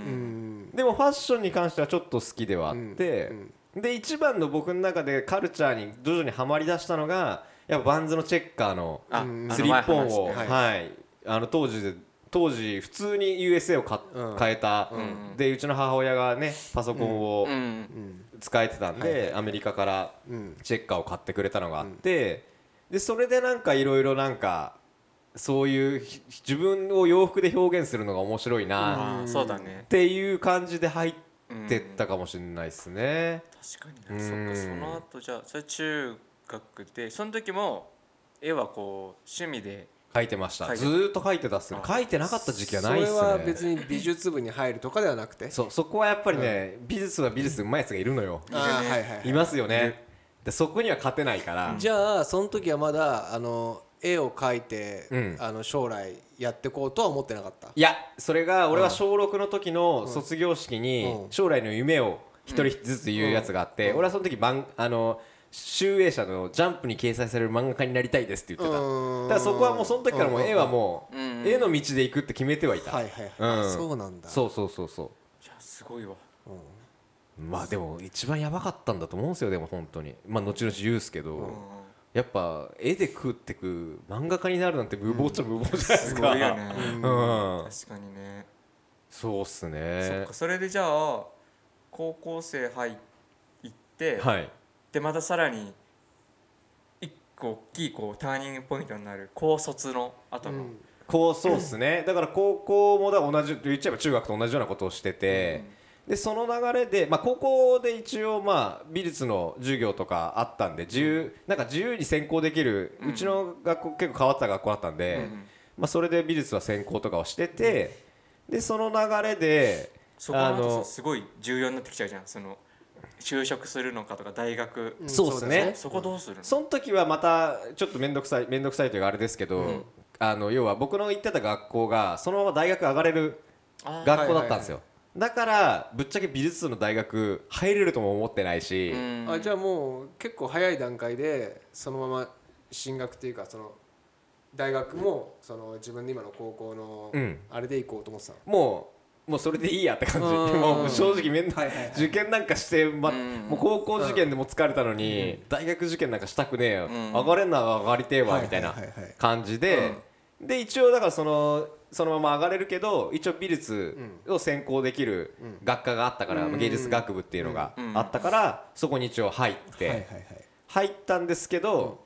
Speaker 3: ん
Speaker 2: でもファッションに関してはちょっと好きではあってで一番の僕の中でカルチャーに徐々にはまりだしたのがやっぱバンズのチェッカーの
Speaker 1: あ
Speaker 3: うん
Speaker 2: スリッポンを、
Speaker 1: あの前話
Speaker 2: は
Speaker 1: ね
Speaker 2: い、あの当時で当時普通に USA を買,、
Speaker 3: うん
Speaker 2: 買えた、
Speaker 1: ん
Speaker 2: でうちの母親がねパソコンを
Speaker 1: うん
Speaker 2: 使えてたんで、アメリカから
Speaker 3: うん
Speaker 2: チェッカーを買ってくれたのがあって、でそれでなんかいろいろなんかそういうひ自分を洋服で表現するのが面白い
Speaker 1: あ
Speaker 2: な
Speaker 1: あそうだね
Speaker 2: っていう感じで入ってったかもしれないですね。
Speaker 1: 確か
Speaker 2: う
Speaker 1: に
Speaker 2: ん
Speaker 1: なそっかその後じゃあそれ中学でその時も絵はこう趣味で
Speaker 2: 書いてました。
Speaker 1: 書いて
Speaker 2: ずーっと書いてたっすね。書いてなかった時期はないっすね。
Speaker 3: それは別に美術部に入るとかではなくて
Speaker 2: そうそこはやっぱりね、美術は美術うまいやつがいるのよ、
Speaker 3: あーはいは い
Speaker 2: いますよね、でそこには勝てないから、
Speaker 3: じゃあその時はまだあの絵を描いて、
Speaker 2: うん
Speaker 3: あの将来やってこうとは思ってなかった
Speaker 2: いやそれが俺は小6の時の卒業式に
Speaker 3: うん
Speaker 2: 将来の夢を一人ずつ言うやつがあって、俺はその時漫あの集英社の「ジャンプ」に掲載される漫画家になりたいですって言ってた、
Speaker 3: うん
Speaker 2: だからそこはもうその時からもう絵はもう
Speaker 1: うん
Speaker 2: 絵の道で行くって決めてはいた、
Speaker 3: はいはいはい、
Speaker 2: うん
Speaker 3: そうなんだ
Speaker 2: そうそうそうそう
Speaker 1: いやすごいわ
Speaker 2: まあでも一番やばかったんだと思うんですよでも本当にまあ後々言うっすけど、やっぱ絵で食ってく漫画家になるなんて無謀っちゃ無謀じゃ ないですす
Speaker 1: ご
Speaker 2: か、
Speaker 1: いよね、確
Speaker 2: うん
Speaker 1: かにね、
Speaker 2: そうっす
Speaker 1: そっ
Speaker 2: ね
Speaker 1: かそれでじゃあ高校生入って、
Speaker 2: はい
Speaker 1: でまたさらに一個大きいこうターニングポイントになる高卒の後の、
Speaker 2: こうそうっすねだから高校もだから同じ言っちゃえば中学と同じようなことをしてて、でその流れで、まあ、高校で一応、まあ、美術の授業とかあったんで自由なんか自由に専攻できる、うちの学校結構変わった学校だったんで、
Speaker 1: うん
Speaker 2: まあ、それで美術は専攻とかをしてて、でその流れで
Speaker 1: そこの後さすごい重要になってきちゃうじゃんその就職するのかとか大学、
Speaker 3: うん
Speaker 2: そうっすね
Speaker 1: そこどうするの、
Speaker 2: その時はまたちょっと面倒くさい面倒くさいというかあれですけど、
Speaker 1: ん
Speaker 2: あの要は僕の行ってた学校がそのまま大学上がれる
Speaker 1: あー
Speaker 2: 学校だったんですよ、だからぶっちゃけ美術の大学入れるとも思ってないし、
Speaker 1: うん
Speaker 3: あじゃあもう結構早い段階でそのまま進学というかその大学もその自分の今の高校の
Speaker 2: うん
Speaker 3: あれで行こうと思ってたの、
Speaker 2: もうもうそれでいいやって感じ
Speaker 3: うん
Speaker 2: もう正直面倒、
Speaker 3: はいはいはい
Speaker 2: 受験なんかして、ま、
Speaker 1: うん
Speaker 2: もう高校受験でも疲れたのに、大学受験なんかしたくねえよ、
Speaker 1: ん
Speaker 2: 上がれんなら上がりてえわ
Speaker 3: はい
Speaker 2: みたいな
Speaker 3: はいはいはい
Speaker 2: 感じで、で一応だからそのそのまま上がれるけど一応美術を専攻できる学科があったから、芸術学部っていうのがあったから、そこに一応入って。
Speaker 3: はいはいはい
Speaker 2: 入ったんですけど、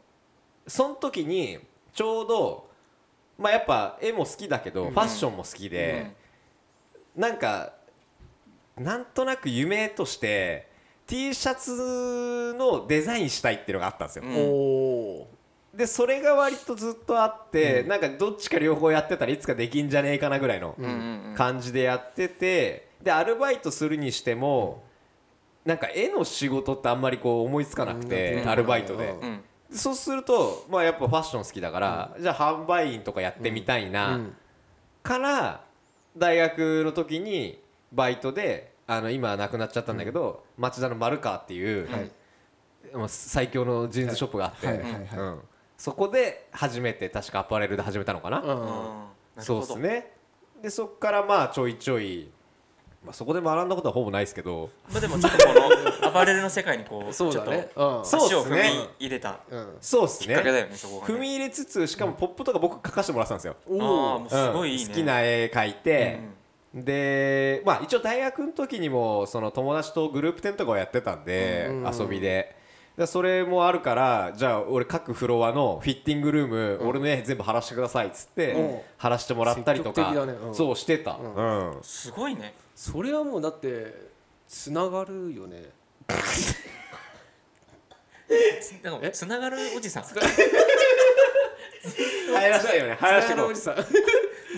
Speaker 2: その時にちょうどまあやっぱ絵も好きだけど、ファッションも好きで、なんかなんとなく夢として T シャツのデザインしたいっていうのがあったんですよ、
Speaker 1: うん
Speaker 3: お
Speaker 2: でそれが割とずっとあって、なんかどっちか両方やってたらいつかできんじゃねえかなぐらいの
Speaker 1: うんうんうん
Speaker 2: 感じでやっててでアルバイトするにしても、なんか絵の仕事ってあんまりこう思いつかなくて、
Speaker 3: うん
Speaker 2: アルバイトで
Speaker 3: う、
Speaker 1: うん
Speaker 2: そうすると、まあ、やっぱファッション好きだから、じゃあ販売員とかやってみたい
Speaker 3: ー
Speaker 2: な、
Speaker 3: うん
Speaker 2: から大学の時にバイトであの今は亡くなっちゃったんだけど、町田のマルカーっていう、まあ最強のジーンズショップがあって、
Speaker 3: はいはいはいはい
Speaker 2: うん、そこで初めて確かアパレルで始めたのかな、
Speaker 3: うん
Speaker 1: あーなる
Speaker 2: そ
Speaker 1: ほ
Speaker 2: うで
Speaker 1: ど
Speaker 2: すねでそこからまあちょいちょい、まあ、そこで学んだことはほぼないですけど
Speaker 1: まあでもちょっとこの アパレルの世界にこ う
Speaker 3: そうだね
Speaker 1: ちょっ
Speaker 3: う
Speaker 1: と
Speaker 3: ん
Speaker 1: 足を踏
Speaker 2: そうっす
Speaker 1: み
Speaker 2: ね
Speaker 1: 入れた
Speaker 3: うん
Speaker 2: そうです
Speaker 1: きっ
Speaker 2: ね
Speaker 1: かけだよねそこがね
Speaker 2: 踏み入れつつしかもポップとか僕書かせてもらってたんですよ
Speaker 3: お
Speaker 1: ああも
Speaker 3: ー
Speaker 1: うすごいいいね、
Speaker 2: うん好きな絵描いて、でまあ一応大学の時にもその友達とグループ展とかをやってたんで、
Speaker 3: うん
Speaker 2: 遊びで。でそれもあるからじゃあ俺各フロアのフィッティングルーム、俺の絵全部貼らしてくださいっつって、
Speaker 3: うん
Speaker 2: 貼らしてもらったりと
Speaker 3: 積
Speaker 2: か、
Speaker 3: 極的だねうん
Speaker 2: そうしてた、うん
Speaker 1: すごいね
Speaker 3: それはもうだってつながるよね
Speaker 1: なんかつながるおじさん
Speaker 2: 入らしたいよね入らして
Speaker 3: つなが
Speaker 2: こう
Speaker 3: るおじさん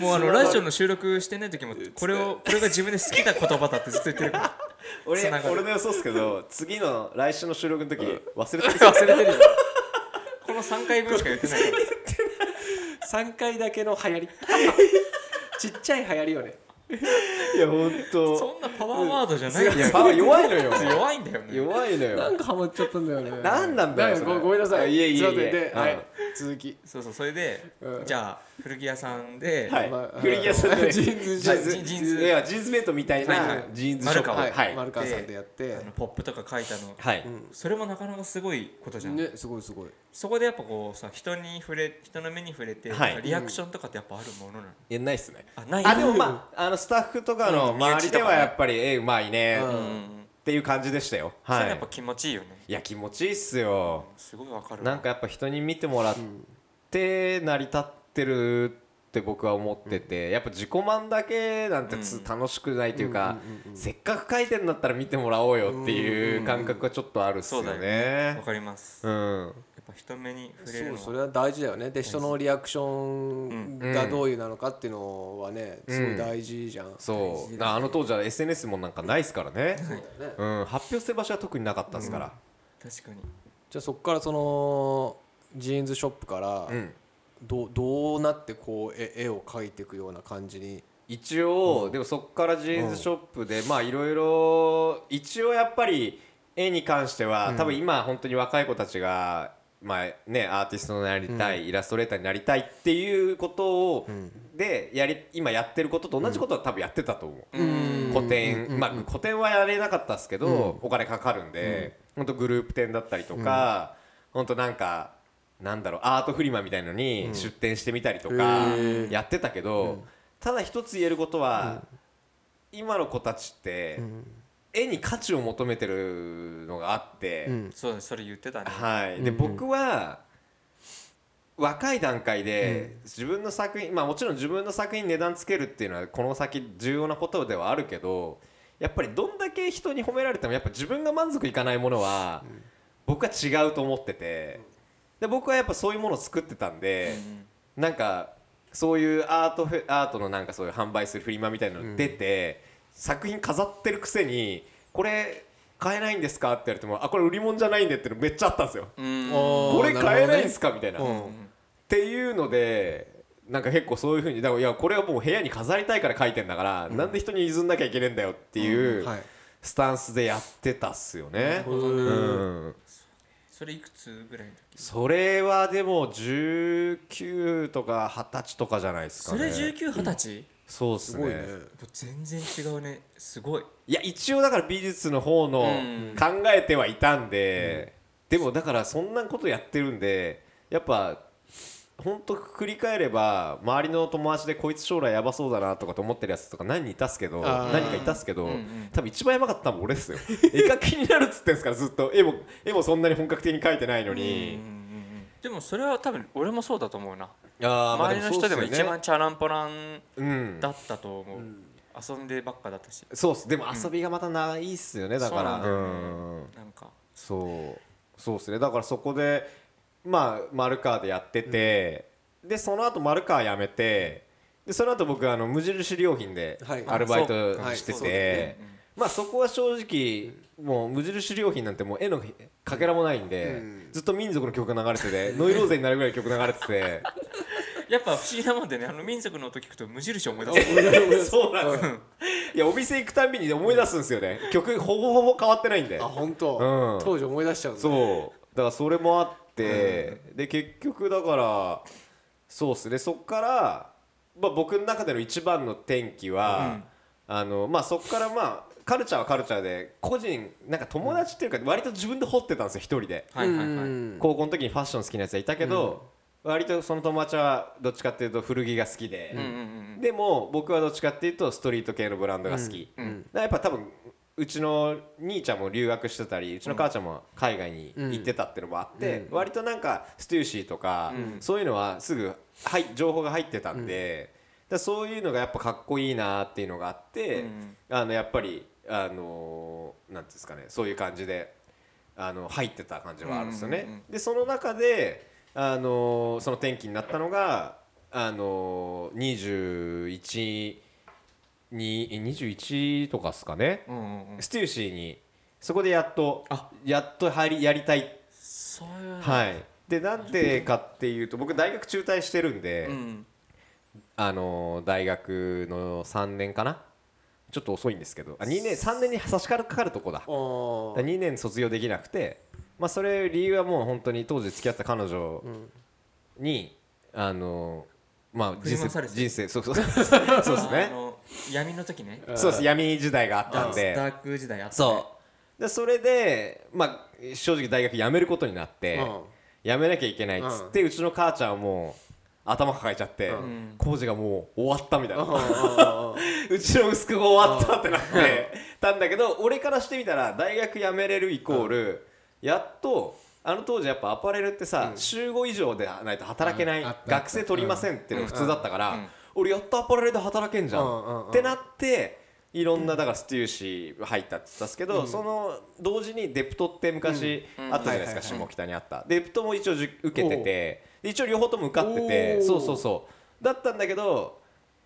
Speaker 1: もうあのラジオの収録してない時もこれをこれが自分で好きな言葉だってずっと言ってるから
Speaker 2: 俺
Speaker 1: つながる
Speaker 2: 俺の予想っすけど次の来週の収録の時、忘れてる
Speaker 1: 忘れてるよこの3回分しか言ってないから
Speaker 3: 三回だけの流行 りちっちゃい流行りよね
Speaker 2: いや本当
Speaker 1: そんなパワーワードじゃないよ
Speaker 2: パワー弱いのよ
Speaker 1: 弱いんだよね
Speaker 2: 弱いのよ
Speaker 3: なんかハマっちゃったんだよね
Speaker 2: なんなんだよ
Speaker 3: かごごめんなさい
Speaker 2: いえいえいえ
Speaker 3: すませんで
Speaker 2: うん
Speaker 3: はい続き
Speaker 1: そうそうそれで、
Speaker 3: うん
Speaker 1: じゃあ古着屋さんで、
Speaker 2: はい
Speaker 3: まあ
Speaker 2: 古着屋さんで
Speaker 3: ジーンズ
Speaker 2: ジー ン
Speaker 1: ジー
Speaker 2: ズ
Speaker 1: ンズ
Speaker 2: ジーンズいやジーンズメイトみたい
Speaker 1: はいは
Speaker 2: ないジーンズショップ
Speaker 1: 丸川
Speaker 2: はい
Speaker 3: 丸川さんでやって
Speaker 1: あのポップとか書いたの、
Speaker 2: はい
Speaker 1: それもなかなかすごいことじゃん、
Speaker 3: ねすごいすごい
Speaker 1: そこでやっぱこうさ人に触れ人の目に触れて、
Speaker 2: はい
Speaker 1: なんかリアクションとかってやっぱあるものなの、
Speaker 2: いやないっすね
Speaker 1: あない
Speaker 2: あでもまああのスタッフとかの
Speaker 1: うん身内とかね
Speaker 2: 周りではやっぱりえうまいね
Speaker 3: う
Speaker 1: うんん
Speaker 2: っていう感じでしたよ
Speaker 1: そ
Speaker 2: は
Speaker 1: れやっ
Speaker 2: い
Speaker 1: ぱ気持ちいいよね
Speaker 2: いや気持ちいいっすよ
Speaker 1: すごいわかるわ
Speaker 2: なんかやっぱ人に見てもらって成り立ってるって僕は思っててやっぱ自己満だけなんてつ
Speaker 1: うん
Speaker 2: 楽しくないというかせっかく書いてんだったら見てもらおうよっていう感覚がちょっとあるっすよ
Speaker 1: そうだよわ
Speaker 2: ね
Speaker 1: かります、
Speaker 2: うん
Speaker 1: やっぱ人目に触れる
Speaker 3: そ
Speaker 1: の
Speaker 3: う
Speaker 1: は
Speaker 3: それは大事だよねで人のリアクションがどういうなのかっていうのはねすごい大事じゃん、
Speaker 2: そうなあの当時は SNS もなんかないですからね、
Speaker 3: だよね
Speaker 2: うん、発表する場所は特になかったですから、
Speaker 1: 確かに
Speaker 3: じゃあそこからそのジーンズショップから
Speaker 2: うん
Speaker 3: どうどうなってこう絵絵を描いていくような感じに
Speaker 2: 一応、でもそこからジーンズショップで、まあいろいろ一応やっぱり絵に関しては、多分今本当に若い子たちがまあね、アーティストになりたい、イラストレーターになりたいっていうことを、でやり今やってることと同じことは多分やってたと思う、古典、まあ、古典はやれなかったですけど、お金かかるんで、本当グループ展だったりとか、本当なんかなんだろうアートフリマみたいのに出展してみたりとか
Speaker 3: へえ
Speaker 2: やってたけど、ただ一つ言えることは、今の子たちって、絵に価値を求めてるのがあって。
Speaker 3: うん
Speaker 1: そうそれ言ってたね
Speaker 2: はい、で、
Speaker 3: うん
Speaker 2: 僕は若い段階で自分の作品、まあ、もちろん自分の作品に値段つけるっていうのはこの先重要なことではあるけどやっぱりどんだけ人に褒められてもやっぱ自分が満足いかないものは僕は違うと思っててで僕はやっぱそういうものを作ってたんでなんかそういうアートフェアートのなんかそういう販売するフリマみたいなの出て、作品飾ってるくせにこれ買えないんですかって言われてもあこれ売り物じゃないんでってのめっちゃあったんですよ。
Speaker 1: うん
Speaker 2: これ買えないんす
Speaker 3: か
Speaker 2: かみたいな、
Speaker 3: う
Speaker 2: っ
Speaker 3: ん
Speaker 2: ていうのでなんか結構そういうふうにだからいやこれはもう部屋に飾りたいから書いてんだから、なんで人に譲んなきゃいけねえんだよっていう
Speaker 3: はい
Speaker 2: スタンスでやってたっすよね。うん
Speaker 1: それいくつぐらいの時
Speaker 2: それはでも19とか20歳とかじゃないですか
Speaker 1: そ
Speaker 2: ね
Speaker 1: れ1920歳
Speaker 2: そうっ
Speaker 3: す
Speaker 2: す
Speaker 3: ごい
Speaker 2: ね
Speaker 3: ね
Speaker 1: 全然違うねすごい
Speaker 2: いや一応だから美術の方の
Speaker 1: うん
Speaker 2: 考えてはいたんで、でもだからそんなことやってるんでやっぱ本当振り返れば周りの友達でこいつ将来やばそうだなとかと思ってるやつとか何人いたっすけど
Speaker 3: あー
Speaker 2: 何人かいたっすけど、
Speaker 1: うんうん
Speaker 2: 多分一番やばかったの俺ですよ絵描きになるっつってんすからずっと絵も絵もそんなに本格的に描いてないのに、
Speaker 1: でもそれは多分俺もそうだと思うな
Speaker 2: あーまあ
Speaker 1: 周りの人でも
Speaker 2: そうっす
Speaker 1: 一
Speaker 2: よね
Speaker 1: 番チャランポラン
Speaker 2: うん
Speaker 1: だったと思う遊んでばっかだったし
Speaker 2: そうっすでも遊びがまたないっすよねだ
Speaker 1: そう
Speaker 2: か
Speaker 1: な
Speaker 2: ら
Speaker 1: んだよね
Speaker 2: うん
Speaker 1: なんか
Speaker 2: そうそうですねだからそこでまあ丸川でやってて、でその後丸川辞めてでその後僕あの無印良品で
Speaker 3: はい
Speaker 2: アルバイ
Speaker 3: あそうかは
Speaker 2: ト
Speaker 3: い
Speaker 2: して
Speaker 3: そうだ
Speaker 2: て
Speaker 3: ね
Speaker 2: まあそこは正直もう無印良品なんてもう絵のかけらもないんで、
Speaker 3: うん
Speaker 2: ずっと民族の曲流れててノイローゼになるぐらい曲流れてて
Speaker 1: やっぱ不思議なもんでねあの民族の音聞くと無印思い出す
Speaker 2: そうなんですよいやお店行くたんびに思い出すんですよね曲ほぼほぼ変わってないんで
Speaker 3: あ本当、
Speaker 2: うん
Speaker 3: 当時思い出しちゃうね
Speaker 2: そうだからそれもあって、で結局だからそうっすねそっから、まあ、僕の中での一番の転機は、あのまあ、そっからまあカルチャーはカルチャーで個人なんか友達っていうか割と自分で掘ってたんですよ一人で、
Speaker 1: はいはいはい
Speaker 3: うん
Speaker 2: 高校の時にファッション好きなやつがいたけど、割とその友達はどっちかっていうと古着が好きで、
Speaker 1: うんうんうん
Speaker 2: でも僕はどっちかっていうとストリート系のブランドが好き、
Speaker 1: うんうん
Speaker 2: だからやっぱ多分うちの兄ちゃんも留学してたりうちの母ちゃんも海外に行ってたってのもあって、割となんかステューシーとか、そういうのはすぐはい情報が入ってたんで、だからそういうのがやっぱかっこいいなっていうのがあって、
Speaker 1: うん
Speaker 2: あのやっぱりあのーなんていうんですかねそういう感じであの入ってた感じはあるんですよ
Speaker 1: う
Speaker 2: ね。
Speaker 1: んうんうん
Speaker 2: でその中で、あのーその転機になったのが、あのー、21にえ21とかですかね、
Speaker 1: うんうんうん
Speaker 2: ステューシーにそこでやっとやっと入りやりたい、
Speaker 1: そういう
Speaker 2: はい、でなんでかっていうと僕大学中退してるんで、
Speaker 1: うん
Speaker 2: あのー大学の3年かなちょっと遅いんですけどあ2年3年に差し掛かるとこだ
Speaker 3: おー
Speaker 2: 2年卒業できなくて、まあ、それ理由はもう本当に当時付き合った彼女に、あのまあ
Speaker 1: 振り
Speaker 2: 人
Speaker 1: 回され
Speaker 2: 生
Speaker 1: て
Speaker 2: 人生そうそう そうです
Speaker 1: あ
Speaker 2: ね
Speaker 1: の闇の時ね
Speaker 2: そうです闇時代があった
Speaker 1: ダー
Speaker 2: ん
Speaker 1: クダ
Speaker 2: で
Speaker 1: ーク時代あったね
Speaker 2: そうでそれで、まあ、正直大学辞めることになって、
Speaker 3: うん
Speaker 2: 辞めなきゃいけないっつって、うちの母ちゃんはもう頭抱えちゃって、
Speaker 1: ん
Speaker 2: 工事がもう終わったみたいな、
Speaker 3: あ
Speaker 2: うちの息子が終わったってなってたんだけど俺からしてみたら大学辞めれるイコールやっとあの当時やっぱアパレルってさ週5以上でないと働けない
Speaker 3: ああった
Speaker 2: 学生取りませんっていうのが普通だったか
Speaker 1: うんう
Speaker 2: ら
Speaker 1: ん
Speaker 2: 俺やっとアパレルで働けんじゃ
Speaker 3: うんうん
Speaker 2: ん
Speaker 3: うん
Speaker 2: ってなっていろんなだからステューシー入ったって言ったんですけどその同時にデプトって昔あったじゃないですか
Speaker 3: はいはい
Speaker 2: 下北にあったデプトも一応じゅ受けて
Speaker 3: おう
Speaker 2: てで一応両方とも受かってて
Speaker 3: おー
Speaker 2: そうそうそうだったんだけど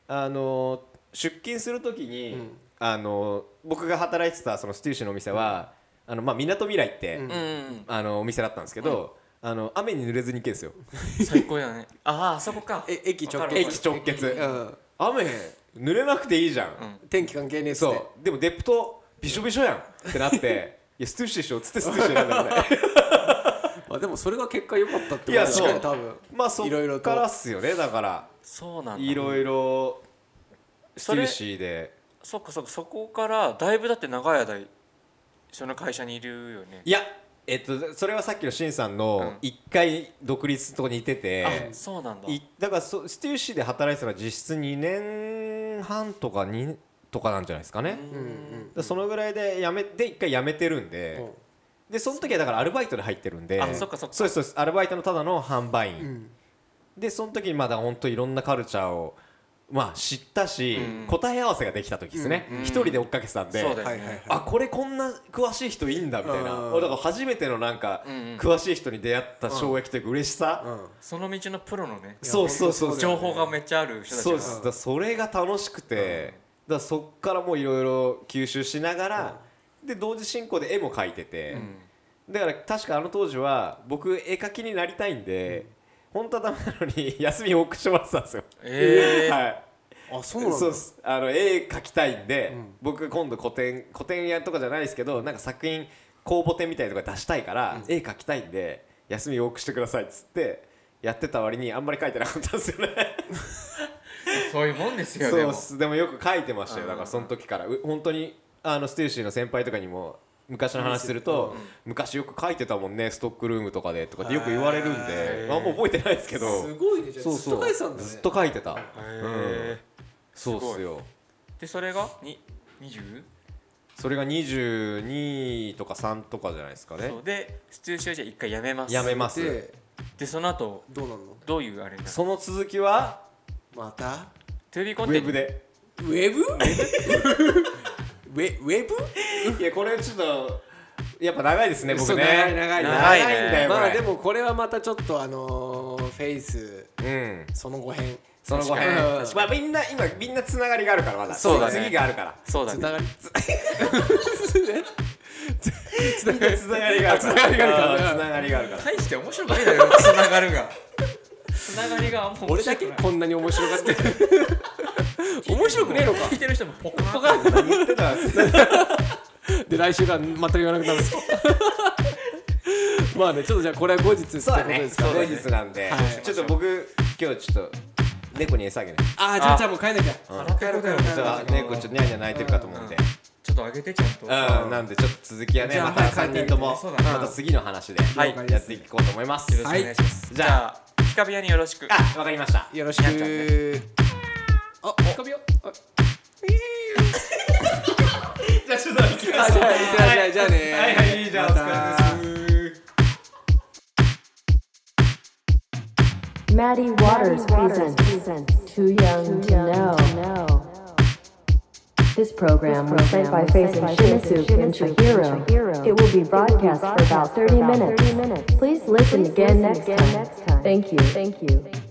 Speaker 2: あの出勤するときに、あの僕が働いてたそのステューシーのお店はあのまあみなとみらいって、
Speaker 3: うん
Speaker 1: うんうん
Speaker 2: あのお店だったんですけど、あの雨に濡れずに行けるんですよ
Speaker 1: 最高だねあああそこか
Speaker 3: え駅直
Speaker 1: わかるわか
Speaker 2: 駅
Speaker 1: る
Speaker 2: 直結、
Speaker 3: うん
Speaker 2: 雨濡れなくていいじゃん、
Speaker 3: 天気関係ねえっつって
Speaker 2: そうでもデプトびしょびしょやんってなっていやステューシーでしょっつってステューシーなんだよね
Speaker 3: まああでもそれが結果良かった
Speaker 2: い
Speaker 3: ってこと
Speaker 2: や
Speaker 3: です
Speaker 2: そ
Speaker 3: ね
Speaker 2: う
Speaker 3: 多分
Speaker 2: ま あそ
Speaker 3: いろい
Speaker 2: っ
Speaker 3: ろと
Speaker 2: からっすよねだから
Speaker 1: そうなんだ
Speaker 2: いろいろス
Speaker 1: そ
Speaker 2: ティ
Speaker 1: れ
Speaker 2: ルシーで
Speaker 1: そっかそっかそこからだいぶだって長い間その会社にいるよね
Speaker 2: いやえっとそれはさっきのしんさんの
Speaker 1: うん
Speaker 2: 一回独立と似て
Speaker 1: あ
Speaker 2: て、
Speaker 1: そうなんだ
Speaker 2: いだからそスティルシーで働いてたのは実質2年半とかにとかなんじゃないですかね、
Speaker 1: うん
Speaker 3: うんうん
Speaker 2: でそのぐらいでやめて一回辞めてるんで、でその時はだからアルバイトで入ってるんで
Speaker 1: あそっかそっか
Speaker 2: うですそうですアルバイトのただの販売員、
Speaker 3: うん
Speaker 2: でその時にまだ本当いろんなカルチャーをまあ知ったし、
Speaker 1: うん
Speaker 2: 答え合わせができた時ですね
Speaker 1: うん
Speaker 2: 一、人で追っかけてたんで
Speaker 1: そうだよね、
Speaker 3: はいはいはい
Speaker 2: あこれこんな詳しい人いいんだみたいな
Speaker 3: うん
Speaker 2: 俺だから初めてのなんか、
Speaker 1: うんうん
Speaker 2: 詳しい人に出会った衝撃というか嬉しさ、
Speaker 3: うん
Speaker 1: その道のプロのね
Speaker 2: そうそうそう
Speaker 1: 情報がめっちゃある人たち
Speaker 2: そう
Speaker 1: が
Speaker 2: ですだからそれが楽しくて、だからそっからもういろいろ吸収しながら、で同時進行で絵も描いてて、
Speaker 1: うん
Speaker 2: だから確かあの当時は僕絵描きになりたいんで、本当はダメなのに 休み多くしてもらってたんですよ、
Speaker 1: えー
Speaker 2: はい
Speaker 3: あそうなんだ
Speaker 2: っすあの絵描きたいんで、
Speaker 3: ん
Speaker 2: 僕今度個展個展やとかじゃないですけどなんか作品公募展みたいなとか出したいから、絵描きたいんで休み多くしてくださいっつってやってた割にあんまり描いてなかったんですよね
Speaker 1: そういうもんですよ
Speaker 2: そう
Speaker 1: で
Speaker 2: っ
Speaker 1: も
Speaker 2: すでもよく書いてましたよだからその時からう本当にあのステューシーの先輩とかにも昔の話すると、昔よく書いてたもんねストックルームとかでとかってよく言われるんで、まあ、もう覚えてないですけど
Speaker 3: すごいねじゃあ
Speaker 2: そう
Speaker 3: ずっと
Speaker 2: そう
Speaker 3: 返したんだね
Speaker 2: ずっと書いてた、
Speaker 1: へ
Speaker 2: そうっすよ
Speaker 1: ーでそれがに 20?
Speaker 2: それが22とか3とかじゃないですかね
Speaker 1: そうでスチューシーをじゃあ一回やめます
Speaker 2: やめます
Speaker 3: で
Speaker 1: でその後
Speaker 3: どうなんの
Speaker 1: どういうあれになる
Speaker 2: その続きは
Speaker 3: また
Speaker 1: トゥービーコ
Speaker 2: ウ
Speaker 1: ンテ
Speaker 2: ェ
Speaker 1: ン
Speaker 2: ブ
Speaker 1: ツ
Speaker 2: で
Speaker 3: ウェブウェウェブ
Speaker 2: いやこれちょっとやっぱ長いですね僕
Speaker 3: そう
Speaker 2: ね
Speaker 3: 長い長い
Speaker 2: 長
Speaker 1: 長
Speaker 2: い
Speaker 1: い
Speaker 2: ん
Speaker 1: ね
Speaker 2: だよこれ
Speaker 3: まあでもこれはまたちょっとあのーフェイス
Speaker 2: うん
Speaker 3: その後編
Speaker 2: その後編
Speaker 3: 確かに
Speaker 2: まあみんな今みんなつながりがあるからまだ
Speaker 1: そうだね
Speaker 2: 次がある から
Speaker 1: そうだ
Speaker 3: つ
Speaker 1: ね
Speaker 3: ながり
Speaker 2: つながりがあるからつながりがあるからつながりがあるから
Speaker 1: 大して面白くないだ ろつながるがつながりがあんま面
Speaker 3: 俺だ
Speaker 1: 白く
Speaker 3: け
Speaker 1: ない
Speaker 3: こんなに面白 がってる面白くねえのか
Speaker 1: 聞いてる人もポカポカ
Speaker 2: 言ってたんです
Speaker 3: で来週から全く言わなくなるまあねちょっとじゃあこれは後日ってことですか
Speaker 2: 後日なんで
Speaker 3: はい
Speaker 2: ちょっと僕今日ちょっと猫に餌あげね
Speaker 3: ああじゃあじゃあもう帰んなきゃ
Speaker 2: ちょっと猫ちょっとニャーニャー泣いてるかと思うんで
Speaker 1: ちょっと上げてちゃんと
Speaker 2: うんなんでちょっと続きはね
Speaker 3: じゃあ
Speaker 2: また
Speaker 3: はい
Speaker 2: 3人とも
Speaker 1: そうだね
Speaker 2: また次の話で
Speaker 1: はい
Speaker 2: やっていこうと思います
Speaker 1: よろしくお願いします、
Speaker 2: はい
Speaker 1: じゃあピカビアによろしく
Speaker 2: あわかりました
Speaker 3: よろしく
Speaker 1: やっちゃう
Speaker 3: あっかびよあ
Speaker 2: じゃあちょっと行きま
Speaker 3: あ
Speaker 2: す
Speaker 3: じゃあいってらっしゃいじゃあね
Speaker 2: はいはいじゃあお疲れ様です
Speaker 4: Maddie Waters presents Too Young to Know. This program was sent by Faison Shimizu and Shihiro. It will be broadcast for about 30 minutes. Please listen again next time. Thank you. Thank you.